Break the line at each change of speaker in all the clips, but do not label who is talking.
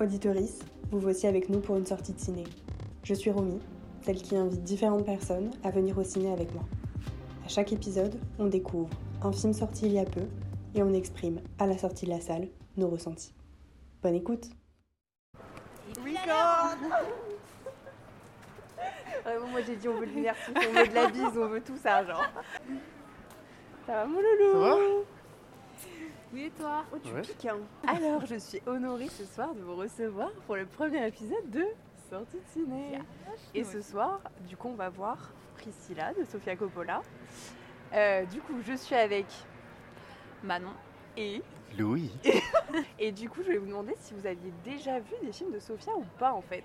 Auditorice, vous voici avec nous pour une sortie de ciné. Je suis Romy, celle qui invite différentes personnes à venir au ciné avec moi. À chaque épisode, on découvre un film sorti il y a peu et on exprime, à la sortie de la salle, nos ressentis. Bonne écoute
Vraiment, moi j'ai dit on veut de l'énergie, on veut de la bise, on veut tout ça, genre. Ça va mon loulou
Ça va
Oui et toi Oh tu
Ouais.
piques hein. Alors je suis honorée ce soir de vous recevoir pour le premier épisode de Sortie de ciné. Et ce soir, du coup on va voir Priscilla de Sofia Coppola. Euh, du coup je suis avec Manon et...
Louis
Et du coup je vais vous demander si vous aviez déjà vu des films de Sofia ou pas en fait.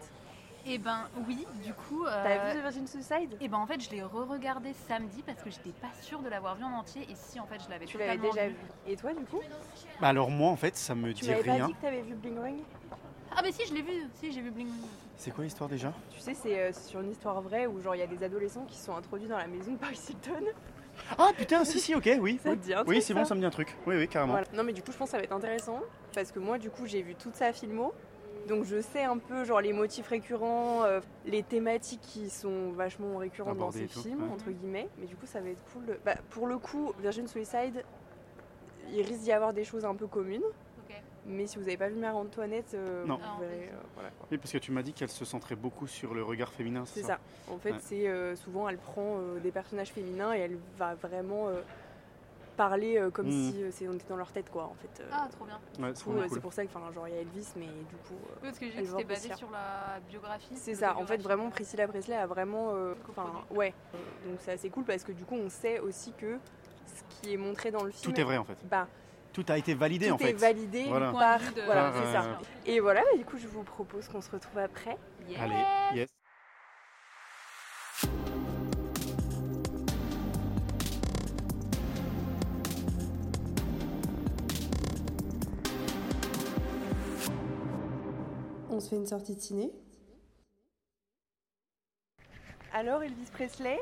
Eh ben oui, du coup. euh,
T'as vu The Virgin Suicide
eh ben en fait, je l'ai re-regardé samedi parce que j'étais pas sûre de l'avoir vu en entier. Et si en fait, je l'avais
Tu l'avais
totalement
déjà vu. Et toi du coup
Bah alors moi en fait ça me
Tu
dit
m'avais pas
rien.
dit que t'avais vu Bling Ring
Ah mais si, je l'ai vu. Si, j'ai vu Bling. Bling.
C'est quoi l'histoire déjà
Tu sais, c'est euh, sur une histoire vraie où genre il y a des adolescents qui sont introduits dans la maison de Paris Hilton.
Ah putain si si ok oui.
Ça te dit un truc,
Oui c'est bon ça me dit un truc. Oui oui carrément.
Voilà. Non mais du coup je pense que ça va être intéressant parce que moi du coup j'ai vu toute sa filmo. Donc je sais un peu genre les motifs récurrents, euh, les thématiques qui sont vachement récurrentes
Abordées
dans
et tout,
ses films
ouais.
entre guillemets. Mais du coup ça va être cool. Bah, pour le coup Virgin Suicide, il risque d'y avoir des choses un peu communes.
Ok.
Mais si vous n'avez pas vu Marie-Antoinette, euh,
Non.
vous verrez, euh, voilà, quoi.
Oui parce que tu m'as dit qu'elle se centrait beaucoup sur le regard féminin.
C'est ça. En fait,
Ouais.
c'est euh, souvent elle prend euh, des personnages féminins et elle va vraiment euh, parler euh, comme
Mhm.
si euh, c'est- on était dans leur tête, quoi. En fait, Euh,
Ah, trop bien.
Ouais,
du
c'est
coup,
vraiment
euh,
cool.
c'est pour ça que, enfin, genre il y a Elvis, mais du coup, euh,
Oui, parce que j'ai vu
Elle
que
va
c'était basé
grossir.
sur la biographie.
c'est
le
ça. En fait,
biographique.
vraiment, Priscilla Presley a vraiment, euh, enfin,
Coproduit.
ouais. Donc c'est assez cool parce que du coup, on sait aussi que ce qui est montré dans le film,
Tout est vrai en fait.
bah,
Tout a été validé
tout
en fait.
est validé
Voilà.
Point
par,
de vue de-
voilà,
Par,
c'est ça.
euh,
Et voilà, bah, du coup, je vous propose qu'on se retrouve après.
Yeah.
Allez yes.
On se fait une sortie de ciné
Alors, Elvis Presley.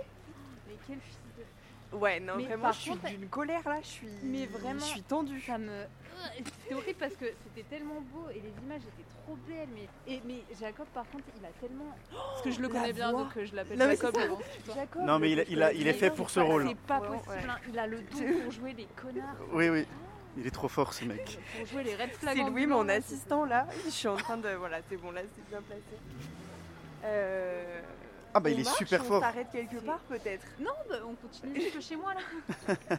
Mais quel fils de...
Ouais, non,
Mais
vraiment,
par
je suis
contre,
d'une colère là. Je suis,
Mais vraiment.
je suis tendue.
Ça me... C'était horrible parce que c'était tellement beau et les images étaient trop belles. Mais, et, mais Jacob, par contre, il a tellement...
Parce que je le
la
connais bien,
voix.
donc euh, je l'appelle
Non, mais
Jacob.
c'est ça.
avant tout le temps.
Jacob,
Non, mais
le
il a-
coach
il a-
de
il est
la
fait
Ligue.
pour ce rôle.
C'est pas
Ouais,
possible,
ouais.
hein. il a le don pour jouer les connards,
Oui oui. Il est trop fort ce mec.
pour jouer les red flags.
C'est Louis,
ambulants,
mon
là.
assistant, là. Je suis en train de. Voilà, c'est bon, là, c'est bien placé. Euh,
Ah bah il
on
est
marche,
super
on
fort.
s'arrête quelque part, peut-être.
Non, bah, on continue jusque chez moi là.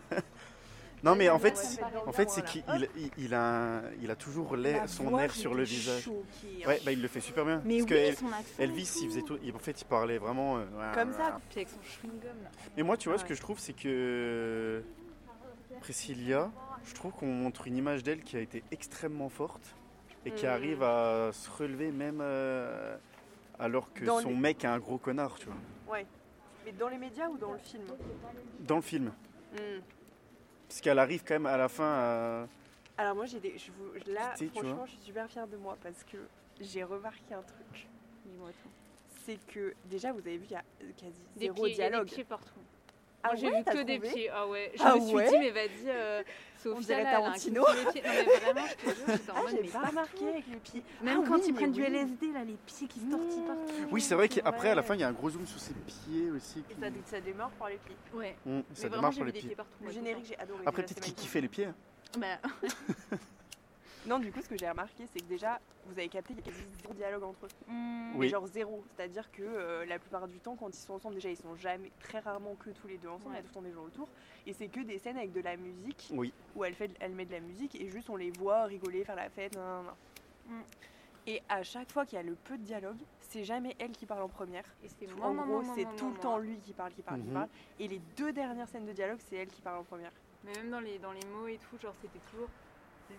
Non mais en
Ouais,
fait
faites dans
en
le
fait
coin,
c'est
là.
qu'il il, il- il a un- il a toujours l'air-
La
son
voix,
air sur le
j'étais
visage.
choquée, hein.
Ouais bah il le fait super bien.
Mais
parce
oui,
que El-
son accent.
Elvis il faisait tout. il- En fait il parlait vraiment. euh,
Comme ça.
Puis avec son chewing-gum là.
Et moi, tu vois,
Ah
ce que je trouve, c'est que Priscilla, je trouve qu'on montre une image d'elle qui a été extrêmement forte et qui
Mm.
Mhm.
arrive à se relever même euh, alors que
Dans
son
les-
mec est un gros connard, tu vois.
Mais dans les médias ou dans le film
Dans le film.
Hmm.
Parce qu'elle arrive quand même à la fin euh, à...
Alors, moi, j'ai des. Je vous... Là,
Quitter, tu
franchement,
vois.
je suis super fière de moi parce que j'ai remarqué un truc.
Dis-moi tout.
C'est que, déjà, vous avez vu, il y a euh, quasi
Des
zéro
pieds, il y a
dialogue.
Des pieds partout.
Ah,
Moi, j'ai
ouais,
vu
t'as
que des
trouvé
pieds. Ah ouais. Je
Ah
me suis
ouais
dit, mais vas-y, euh, Sophia,
dirait
là, elle a un
Tarantino.
petit peu les pieds. Non, mais vraiment, je te jure, j'étais en
Ah,
mode,
j'ai
mais
pas remarqué avec les pieds.
Même
Ah
quand
oui,
ils
mais
prennent du
oui. Mmh.
LSD, là, les pieds qui se tortillent partout.
Oui, c'est vrai
c'est
qu'après, à la
vrai.
fin, il y a un gros zoom sur ses pieds aussi.
Et
qui-
ça, ça démarre par les pieds.
Ouais.
Mhm,
Mais
ça
vraiment,
démarre
j'ai
sur
vu
les
des
pieds.
pieds partout.
Le
moi, tout
générique, j'ai adoré.
Après,
déjà,
peut-être
c'est
qu'il
magnifique.
kiffait les pieds. hein.
le temps. Bah,
Non, du coup, ce que j'ai remarqué, c'est que déjà, vous avez capté, il y a quasi zéro dialogue entre eux.
Mm,
Oui.
Mais genre zéro. C'est-à-dire que euh, la plupart du temps, quand ils sont ensemble, déjà, ils sont jamais, très rarement que tous les deux ensemble, il y a
Ouais.
tout le temps des gens autour. Et c'est que des scènes avec de la musique,
Oui.
où elle, fait, elle met de la musique et juste on les voit rigoler, faire la fête, nan, nan, nan.
Mm.
Et à chaque fois qu'il y a le peu de dialogue, c'est jamais elle qui parle en première.
Et c'est
en
moi, moi,
gros,
moi,
c'est
moi,
tout
moi,
le
moi.
temps lui qui parle, qui parle, qui
Mm-hmm.
Mhm.
parle. Et les deux dernières scènes de dialogue, c'est elle qui parle en première.
Mais même dans les, dans les mots et tout, genre, c'était toujours.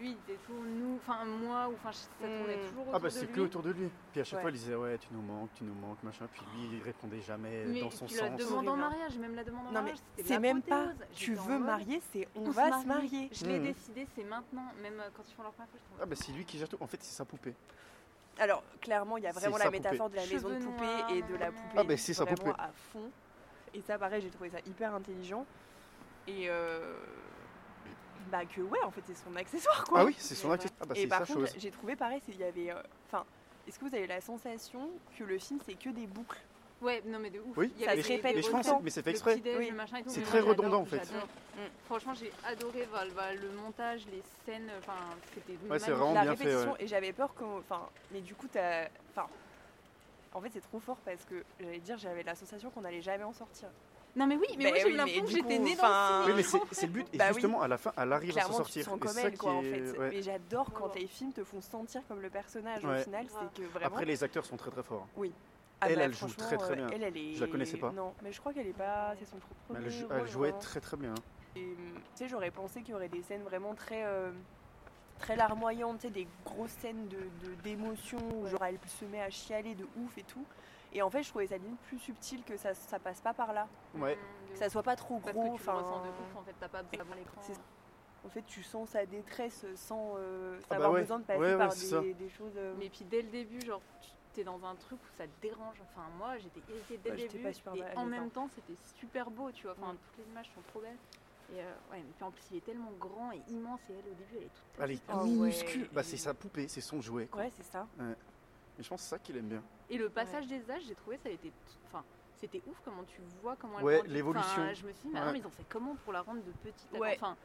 Lui, il disait toujours nous, enfin moi, ou enfin, je- ça tournait
Mm.
toujours autour
Ah bah
de
c'est
lui.
que autour de lui. Puis à chaque
Ouais.
fois, il disait ouais, tu nous manques, tu nous manques, machin. Puis lui, il répondait jamais
Mais
dans son
tu la
sens.
demandes en
Horrible, hein.
mariage, même la demande en
Non, mais
mariage, c'était
c'est même pas,
l'apothéose.
Tu
J'étais en
veux
mode,
marier, c'est on,
on
va
se
se marier.
Je l'ai
Mhm.
décidé, c'est maintenant, même euh, quand ils font leur première fois, je
Ah
trouve.
bah c'est lui qui gère tout. En fait, c'est sa poupée.
Alors, clairement, il y a
C'est
vraiment
sa
la
poupée.
métaphore de la maison de
Cheveux
poupée
noirs,
et de la
nanana.
poupée.
Ah, bah, c'est sa
vraiment
poupée.
à fond. Et ça, pareil, j'ai trouvé ça hyper intelligent. Et euh, bah que ouais, en fait, c'est son accessoire, quoi.
Ah oui, c'est son acte. Ah bah
Et
c'est sa
par contre,
chose.
j'ai trouvé pareil, c'est- il y avait. euh, Enfin, est-ce que vous avez la sensation que le film c'est que des boucles
Ouais, non mais de ouf.
bah. Oui,
Il y
ça
avait
se
des-
répète
des
Mais je pense,
autant,
mais c'est fait
le
exprès.
petit-déj,
Oui.
le machin et tout,
C'est
mais
très
moi, j'adore,
redondant, en fait.
j'adore.
Mm. Mm.
Franchement, j'ai adoré voilà, voilà, le montage, les scènes, enfin, c'était
Ouais, c'est
magnifique.
vraiment
la
Oh, bien fait,
répétition et j'avais peur que enfin mais du coup t'as enfin en fait c'est trop fort parce que j'allais dire j'avais la sensation qu'on allait jamais en sortir
Non mais oui, mais
Bah
moi j'ai
oui,
eu
mais
l'impression que
du
j'étais
coup,
née dans
enfin,
le
Oui,
cinéma.
mais c'est c'est le but. Et
Bah oui.
justement, à la fin, elle arrive à s'en
clairement tu te
sortir.
sens
Et
comme
c'est ça
elle
qui
quoi en
est-
fait
ouais.
mais j'adore quand
Grave.
les films te font sentir comme le personnage
Ouais.
au final
Grave.
c'est que vraiment
Après, les acteurs sont très très forts.
ah
elle,
bah,
elle joue
franchement,
très, très
euh,
bien.
elle, elle est...
Je la connaissais pas.
non mais je crois qu'elle est pas c'est son premier
Mais elle, jou-
rôle,
elle jouait
vraiment.
très très bien.
Et, hum, tu sais, j'aurais pensé qu'il y aurait des scènes vraiment très, euh, très larmoyantes, tu sais, des grosses scènes de- de- d'émotion, de, où genre elle se met à chialer de ouf et tout. Et en fait, je trouvais ça limite plus subtil que ça, ça passe pas par là.
Mm,
Ouais.
Que ça soit pas trop
Parce
gros.
que tu le ressens
enfin,
de ouf, en fait, t'as pas besoin d'avoir l'écran.
C'est- En fait, tu sens sa détresse sans euh,
bah
avoir
ouais.
besoin de passer
Ouais, ouais,
par
c'est ça.
des, des choses. euh,
Mais puis dès le début, genre, tu- t'es dans un truc où ça te dérange. Enfin, moi, j'étais irritée dès le
Ouais, Bah, j'étais
début.
pas super
et
mal à
en
l'aise,
même
hein.
temps, c'était super beau, tu vois. Enfin,
Mm.
toutes les images sont trop belles. Et euh, ouais, mais puis en plus, il est tellement grand et immense. Et elle, au début, elle est toute.
Elle est
Ah ouais.
minuscule. Bah, c'est sa poupée, c'est son jouet. Quoi.
Ouais, c'est ça.
Mais je pense que c'est ça qu'il aime bien.
Et le passage des âges, j'ai trouvé, ça a été. Enfin, c'était ouf comment tu vois comment elle
Ouais,
grandit.
l'évolution.
Enfin, je me suis dit, mais non,
Ouais.
mais ils ont fait comment pour la rendre de petite à
Ouais.
Enfin,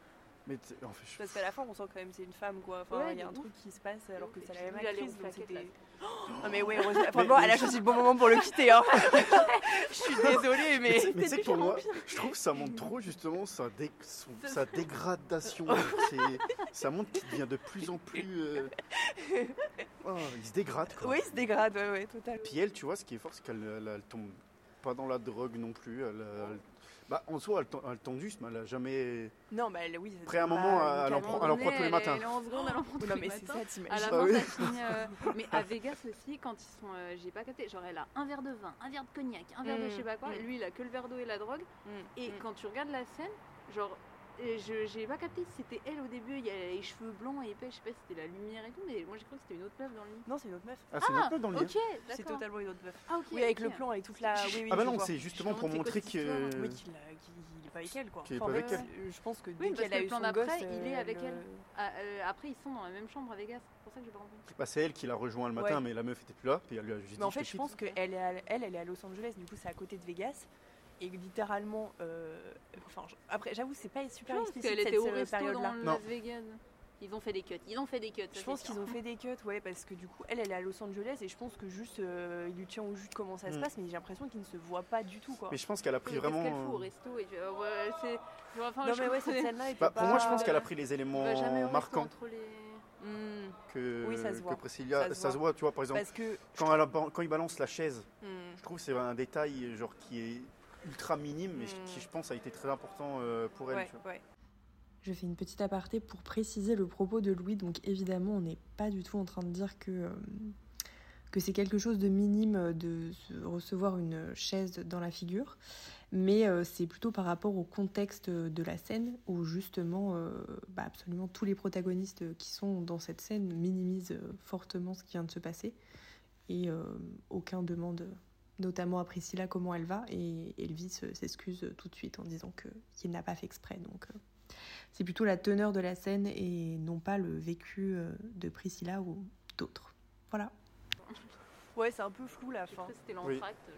Mais t'es- en fait, je-
Parce qu'à la fin, on sent quand même que c'est une femme, quoi. Enfin, il
Ouais,
y a
de
un
ouf.
truc qui se passe alors que
Et
c'est la
puis,
même
lui, elle est
actrice.
aux
Donc
claquettes,
c'était.
là.
Ah, mais ouais, heureusement. Franchement, elle a choisi le bon moment pour le quitter. Hein. je suis désolée, mais.
Mais tu- mais tu sais que pour moi,
pire.
je trouve que ça montre trop justement sa, dé- son- sa dégradation. C'est- ça montre qu'il devient de plus en plus. euh, oh, il se dégrade quoi.
Oui, il se dégrade, ouais, ouais, total.
Puis elle, tu vois, ce qui est fort, c'est qu'elle elle- elle tombe pas dans la drogue non plus. Elle, elle- bah, en soi, elle, to- elle tombe juste, mais elle a jamais.
Non, mais elle, oui.
Après, à un moment, elle en prend-
À un
elle
moment
en prend tous les
donné,
matins.
Elle est en seconde, elle en prend tous
Non,
les
mais c'est
matins.
ça,
À la
t'imagines.
Bah
fin,
oui.
ça finit. euh, mais à Vegas aussi, quand ils sont. euh, J'ai pas capté. Genre, elle a un verre de vin, un verre de cognac, un verre de
Mm,
je sais pas quoi.
mm.
Lui, il a que le verre d'eau et la drogue.
Ah, hmm.
Et quand tu regardes la scène, genre. et je- J'ai pas capté si c'était elle au début, il y a les cheveux blancs et épais, je sais pas si c'était la lumière et tout, mais moi j'ai cru que c'était une autre meuf dans le lit.
Non, c'est une autre meuf.
Ah, c'est
Ah,
un peu dans le lien.
Ok,
C'est
d'accord.
totalement une autre meuf.
Ah, ok.
Oui, avec
ok.
le plan et toute la. Oui, oui,
Ah bah
je
non,
vois.
c'est justement pour
Je me demande
montrer
c'est quoi cette
que.
histoire.
Oui, qu'il a- qu'il est pas avec elle, quoi.
Qu'il est
Enfin,
pas
ouais,
avec
ouais. Je pense que
Oui,
dès
parce
qu'elle a
que le
eu
plan
son
d'après,
gosse.
il est
euh,
avec
le-
elle. Ah, euh, après, ils sont dans la même chambre à Vegas, c'est pour ça que j'ai pas compris.
Bah, c'est elle qui l'a rejoint le matin,
Ouais.
mais la meuf était plus là. Puis elle lui a juste dit
Mais en
te
fait, je
quitte.
pense qu'elle est, à- elle, elle est à Los Angeles, du coup, c'est à côté de Vegas. Et littéralement. euh, Enfin, je- après, j'avoue, c'est pas super
Parce
explicite
qu'elle
cette
était au
euh,
resto
période-là.
dans
Non.
Las Vegas. Ils ont fait des cuts, ils ont fait des cuts. ça,
Je
c'est
pense
sûr.
qu'ils ont fait des cuts, ouais, parce que du coup, elle, elle est à Los Angeles et je pense que juste, euh, il lui tient au jus de comment ça se
Mm.
passe, mais j'ai l'impression qu'il ne se voit pas du tout, quoi.
Mais je pense qu'elle a
Oui,
pris
mais Qu'est-ce
vraiment.
qu'elle fout au
euh,
resto et tu- euh, ouais, c'est- je vois, enfin,
non,
je
mais ouais, cette
comprenais-
scène-là, était
bah, pour moi, je
pas-
pense qu'elle a pris les
on va jamais au
éléments
resto
marquants
entre les-
Mm.
que,
Oui, ça se
que
voit.
Priscilla.
Ça se
Ça, se voit, tu vois, par exemple,
Parce que.
quand, elle a- quand il balance la chaise,
Mm.
je trouve que c'est un détail genre, qui est ultra minime, mais
Mm.
qui, je pense, a été très important euh, pour elle.
Ouais,
tu vois.
ouais.
Je fais une petite aparté pour préciser le propos de Louis, donc évidemment on n'est pas du tout en train de dire que, euh, que c'est quelque chose de minime de se recevoir une chaise dans la figure, mais euh, c'est plutôt par rapport au contexte de la scène où justement euh, bah, absolument tous les protagonistes qui sont dans cette scène minimisent euh, fortement ce qui vient de se passer et euh, aucun demande notamment à Priscilla comment elle va et Elvis euh, s'excuse tout de suite en disant que- qu'il n'a pas fait exprès donc... euh, c'est plutôt la teneur de la scène et non pas le vécu euh, de Priscilla ou d'autres. Voilà.
Ouais, c'est un peu flou la
J'ai
fin.
cru que c'était l'entracte.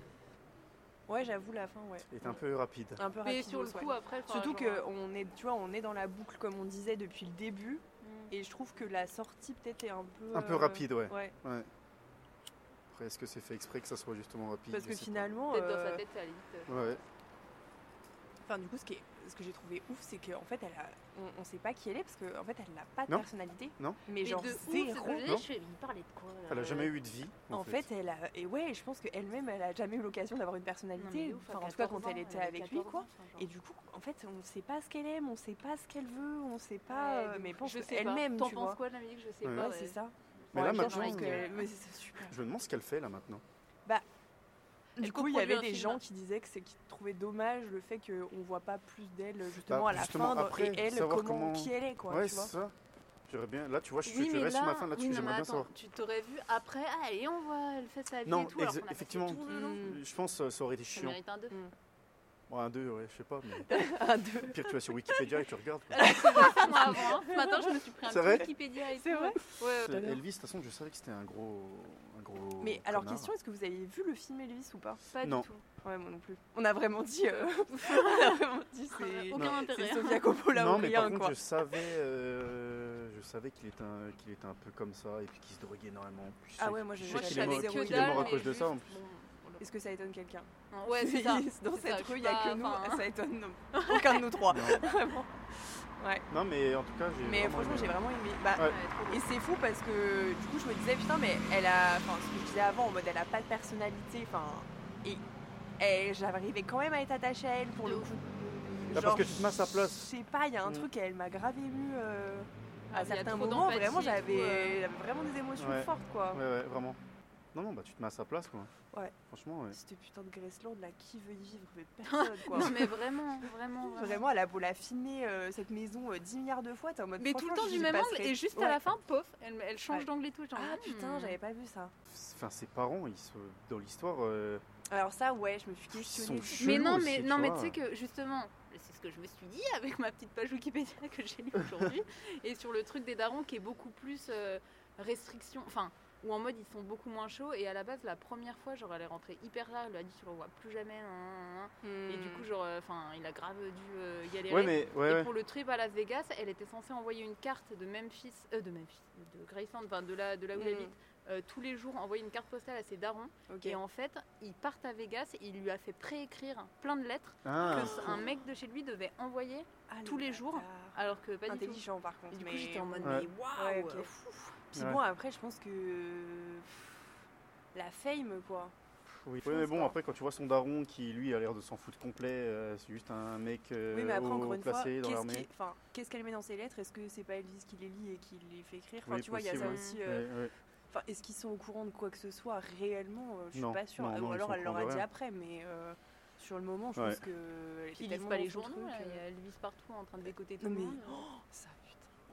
Ouais, j'avoue, la fin, ouais.
Elle est un peu rapide.
Un peu
Mais
rapide.
sur le
ouais.
coup, après. enfin,
Surtout
genre, euh,
qu'on est, tu vois, on est dans la boucle, comme on disait depuis le début,
Mm.
et je trouve que la sortie peut-être est un peu.
Un peu
euh,
rapide, ouais.
Ouais,
Après, est-ce que c'est fait exprès que ça soit justement rapide
parce
je
que
sais pas.
finalement.
Peut-être dans
euh,
sa tête, ça limite.
Ouais.
Enfin, du coup, ce, qui est- ce que j'ai trouvé ouf, c'est qu'en fait, elle a, on, on sait pas qui elle est parce qu'en en fait, elle n'a pas de
Non.
personnalité.
Non.
Mais, genre
de ouf, c'est
zéro.
que j'ai-
Non.
Je fais, il parlait de quoi là
Elle a jamais eu de vie.
euh, En fait, elle a. Et ouais, je pense qu'elle-même, elle a jamais eu l'occasion d'avoir une
Non,
personnalité.
mais de ouf, à
enfin, en tout cas,
14
quand elle
ans,
était
avait
avec lui,
14
quoi.
ans, enfin, genre.
Et du coup, en fait, on sait pas ce qu'elle aime, on sait pas ce qu'elle veut, on sait pas.
Ouais,
euh,
de
mais
ouf.
pense
Je sais pas.
qu'elle-même,
T'en
tu
penses
vois.
quoi de la musique Je sais
Ouais.
pas.
ouais, c'est ça.
Mais
Ouais,
là,
bien,
maintenant,
je pense que-
euh,
mais c'est super.
Je me demande ce qu'elle fait là maintenant.
Du
Elle
coup, il y avait
coproduit un
des
film.
gens qui disaient que c'est qu'ils trouvaient dommage le fait qu'on voit pas plus d'elle justement
Bah,
à la
justement,
fin dans-
après,
et elle
savoir
comment,
comment-
qui elle est quoi.
ouais,
tu vois.
c'est ça. J'aurais bien. Là, tu vois, je, suis
Oui,
je
mais
reste
là,
sur ma fin là-dessus.
oui, non, mais
J'aimerais bien
attends,
savoir.
Tu t'aurais vu après, ah, allez, on voit, elle fait sa vie
Non,
et tout. alors
exa-
qu'on a passé
effectivement.
tout le long.
Mm.
Je pense que euh, ça aurait été
Ça
chiant.
mérite un deux.
Bon, un 2, ouais, je sais pas, mais
Un, deux.
pire, tu vas sur Wikipédia et tu regardes. quoi.
ça, moi, avant. hein.
Ce matin, je me suis pris un
C'est vrai
petit Wikipédia et tout.
C'est vrai
ouais. Ouais, ouais.
j'adore.
Elvis, de toute façon, je savais que c'était un gros. Un gros
hein. Mais alors,
Oh, connard.
question, est-ce que vous avez vu le film Elvis ou pas
Pas
Non.
du tout.
Ouais, moi non plus. On a vraiment dit. euh, on a vraiment dit c'est.
Aucun
Non.
intérêt.
C'est Sofia Coppola
Non,
ou
mais
rien,
par contre,
hein, quoi.
je savais, euh, je savais qu'il était, un- qu'il était un peu comme ça et puis qu'il se droguait énormément. Puis je
Ah
sais
ouais,
que-
moi, je-
je
moi,
sais
je
qu'il est
savais
mort-
zéro
qu'il
idée.
est mort à
mais
cause de ça. en
juste,
plus.
bon, voilà.
Est-ce que ça étonne quelqu'un
Ouais, c'est ça.
Dans
C'est ça,
cette
je
rue,
suis
il n'y a
pas-
que nous.
enfin,
Ça étonne aucun de nous trois.
Non.
Vraiment.
Non, mais en tout cas, j'ai.
Mais
vraiment
franchement,
aimé.
j'ai vraiment aimé. Bah,
Ouais.
Ouais, trop
Et c'est fou parce que du coup je me disais putain mais elle a, enfin ce que je disais avant en mode elle a pas de personnalité, enfin et, et j'arrivais quand même à être attachée à elle pour
De
le
ouf.
coup.
Là, Ah, Bah, parce que tu te mets à sa place.
Je sais pas, il y a un
Mm.
truc elle m'a grave ému
Ah,
euh, à
il y a
certains
trop
moments.
d'empathie
Vraiment
et tout,
j'avais
euh.
j'avais vraiment des émotions
Ouais.
fortes quoi.
Ouais, ouais, vraiment. Non, non, bah tu te mets à sa place, quoi.
Ouais.
Franchement, ouais.
Cette putain de Graceland là, qui veut y vivre Mais personne quoi.
Non, mais vraiment, vraiment,
euh, Vraiment, elle a beau la filmer, euh, cette maison, euh, 10 milliards de fois, t'es en mode.
Mais tout le
franchement,
temps
j'y
du même angle
passerai-
et juste
Ouais.
à la fin, pof, elle, elle change
Ouais.
d'angle et tout. Genre,
Ah
hmm.
putain, j'avais pas vu ça.
Enfin, ses parents, ils sont dans l'histoire. euh,
Alors, ça, ouais, je me suis
Ils
questionnée.
sont
Mais
chelou
non,
aussi,
mais
tu
non, mais
vois.
tu sais que justement, c'est ce que je me suis dit avec ma petite page Wikipédia que j'ai lue aujourd'hui et sur le truc des darons qui est beaucoup plus euh, restriction, enfin ou en mode ils sont beaucoup moins chauds et à la base la première fois genre elle est rentrée hyper tard, elle lui a dit tu le revois plus jamais, nan, nan, nan, nan. et du coup genre euh, enfin il a grave dû euh, galérer.
Hmm. Ouais, mais ouais,
et
ouais.
pour le trip à Las Vegas, elle était censée envoyer une carte de Memphis, euh, de Memphis, de Graceland, enfin de là, de là où elle
Hmm.
Mm.
habite, euh, tous les jours envoyer une carte postale à ses darons.
Ok.
Et en fait, ils partent à Vegas et il lui a fait préécrire plein de lettres
Ah,
que un mec de chez lui devait envoyer,
Ah,
tous les jours.
bâtard.
alors que pas du tout.
Intelligent par contre.
Et du coup,
mais-
j'étais en mode,
Ouais.
mais waouh!
Ouais, ok.
euh,
Puis
Ouais.
bon, après, je pense que. La fame, quoi.
oui.
je
Ouais, mais
pense
bon,
pas.
après, quand tu vois son daron qui, lui, a l'air de s'en foutre complet, euh, c'est juste un mec euh,
oui, mais après,
haut
encore une fois,
placé dans
qu'est-ce
l'armée.
qui- enfin, qu'est-ce qu'elle met dans ses lettres Est-ce que c'est pas Elvis qui les lit et qui les fait écrire Enfin,
Oui,
tu vois, il y a ça
ouais.
aussi.
possible, Ouais,
euh,
ouais.
Enfin, est-ce qu'ils sont au courant de quoi que ce soit réellement euh, Je suis
Non,
pas sûre.
non, non,
Ou
ils
alors
sont
elle
au
leur a
courant de
dit
rien.
après, mais euh, sur le moment, je
Ouais.
pense que. elle était
Ils lisent
tellement
pas
dans
les
son
journaux,
truc,
là,
euh,
il y a- elles lisent partout en train de décoter tout
Non,
le
mais-
monde.
oh, ça, putain.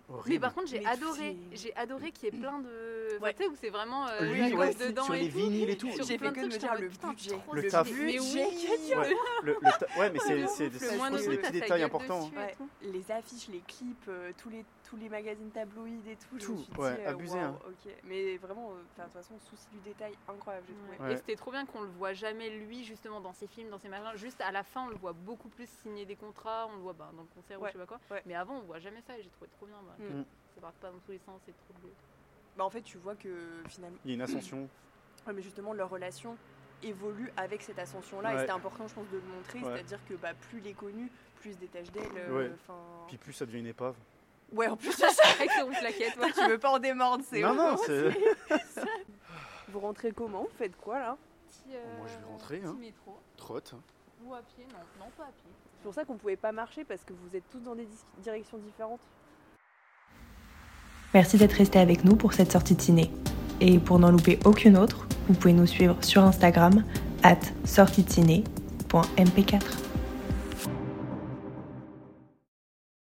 Mais
Horrible.
par contre, j'ai
Mais tout
adoré,
est-
j'ai adoré qu'il y ait plein de. enfin,
Ouais.
Tu sais, où c'est vraiment. euh,
Lui,
la
ouais,
gosse dedans
sur
et
les
tout.
vinyles et tout.
Sur
J'ai
plein
fait
de
que de
trucs,
me dire
j'étais en
le
mode, putain,
budget.
trop
Le
bien.
taf.
Mais oui,
Ouais, le, le ta-
Mais
ouais, mais c'est
ouf,
c'est-
le
c'est- je
moindre
pense que c'est des
truc,
petits
t'as ta
détails
gueule
importants.
dessus.
hein.
et
Ouais,
tout.
les affiches, les clips, euh, tous, les, tous les magazines tabloïdes et tout. je me
Tout,
suis dit,
ouais,
euh,
abusé,
waouh,
hein.
ok. Mais vraiment, euh, enfin, de toute façon, souci du détail incroyable, j'ai trouvé.
Ouais.
Ouais.
Et c'était trop bien qu'on le voit jamais lui justement dans ses films, dans ses machins. Juste à la fin, on le voit beaucoup plus signer des contrats, on le voit bah, dans le concert ou
Ouais,
je sais pas quoi.
ouais.
Mais avant, on voit jamais ça et j'ai trouvé trop bien. bah,
Mm.
Ça part pas dans tous les sens, c'est trop beau.
Bah, en fait, tu vois que finalement,
Il y a une ascension.
ouais, mais justement, leur relation évolue avec cette ascension-là. Et
Ouais.
c'était important, je pense, de le montrer.
Ouais.
C'est-à-dire que bah, plus il est connu, plus il se détache d'elle.
Ouais.
euh, enfin
Puis plus ça devient une épave.
Ouais, en plus,
Avec ses rondes plaquettes, ouais.
tu veux pas en démordre, c'est
Non,
bon.
non, c'est.
Vous rentrez comment Vous faites quoi là
Petit, euh,
Moi, je vais rentrer,
Petit
hein.
métro.
Trotte.
Ou à pied, non, non pas à pied.
C'est pour ça qu'on pouvait pas marcher parce que vous êtes tous dans des dis- directions différentes.
Merci d'être resté avec nous pour cette sortie de ciné. Et pour n'en louper aucune autre, vous pouvez nous suivre sur Instagram at sortietiné.mp4.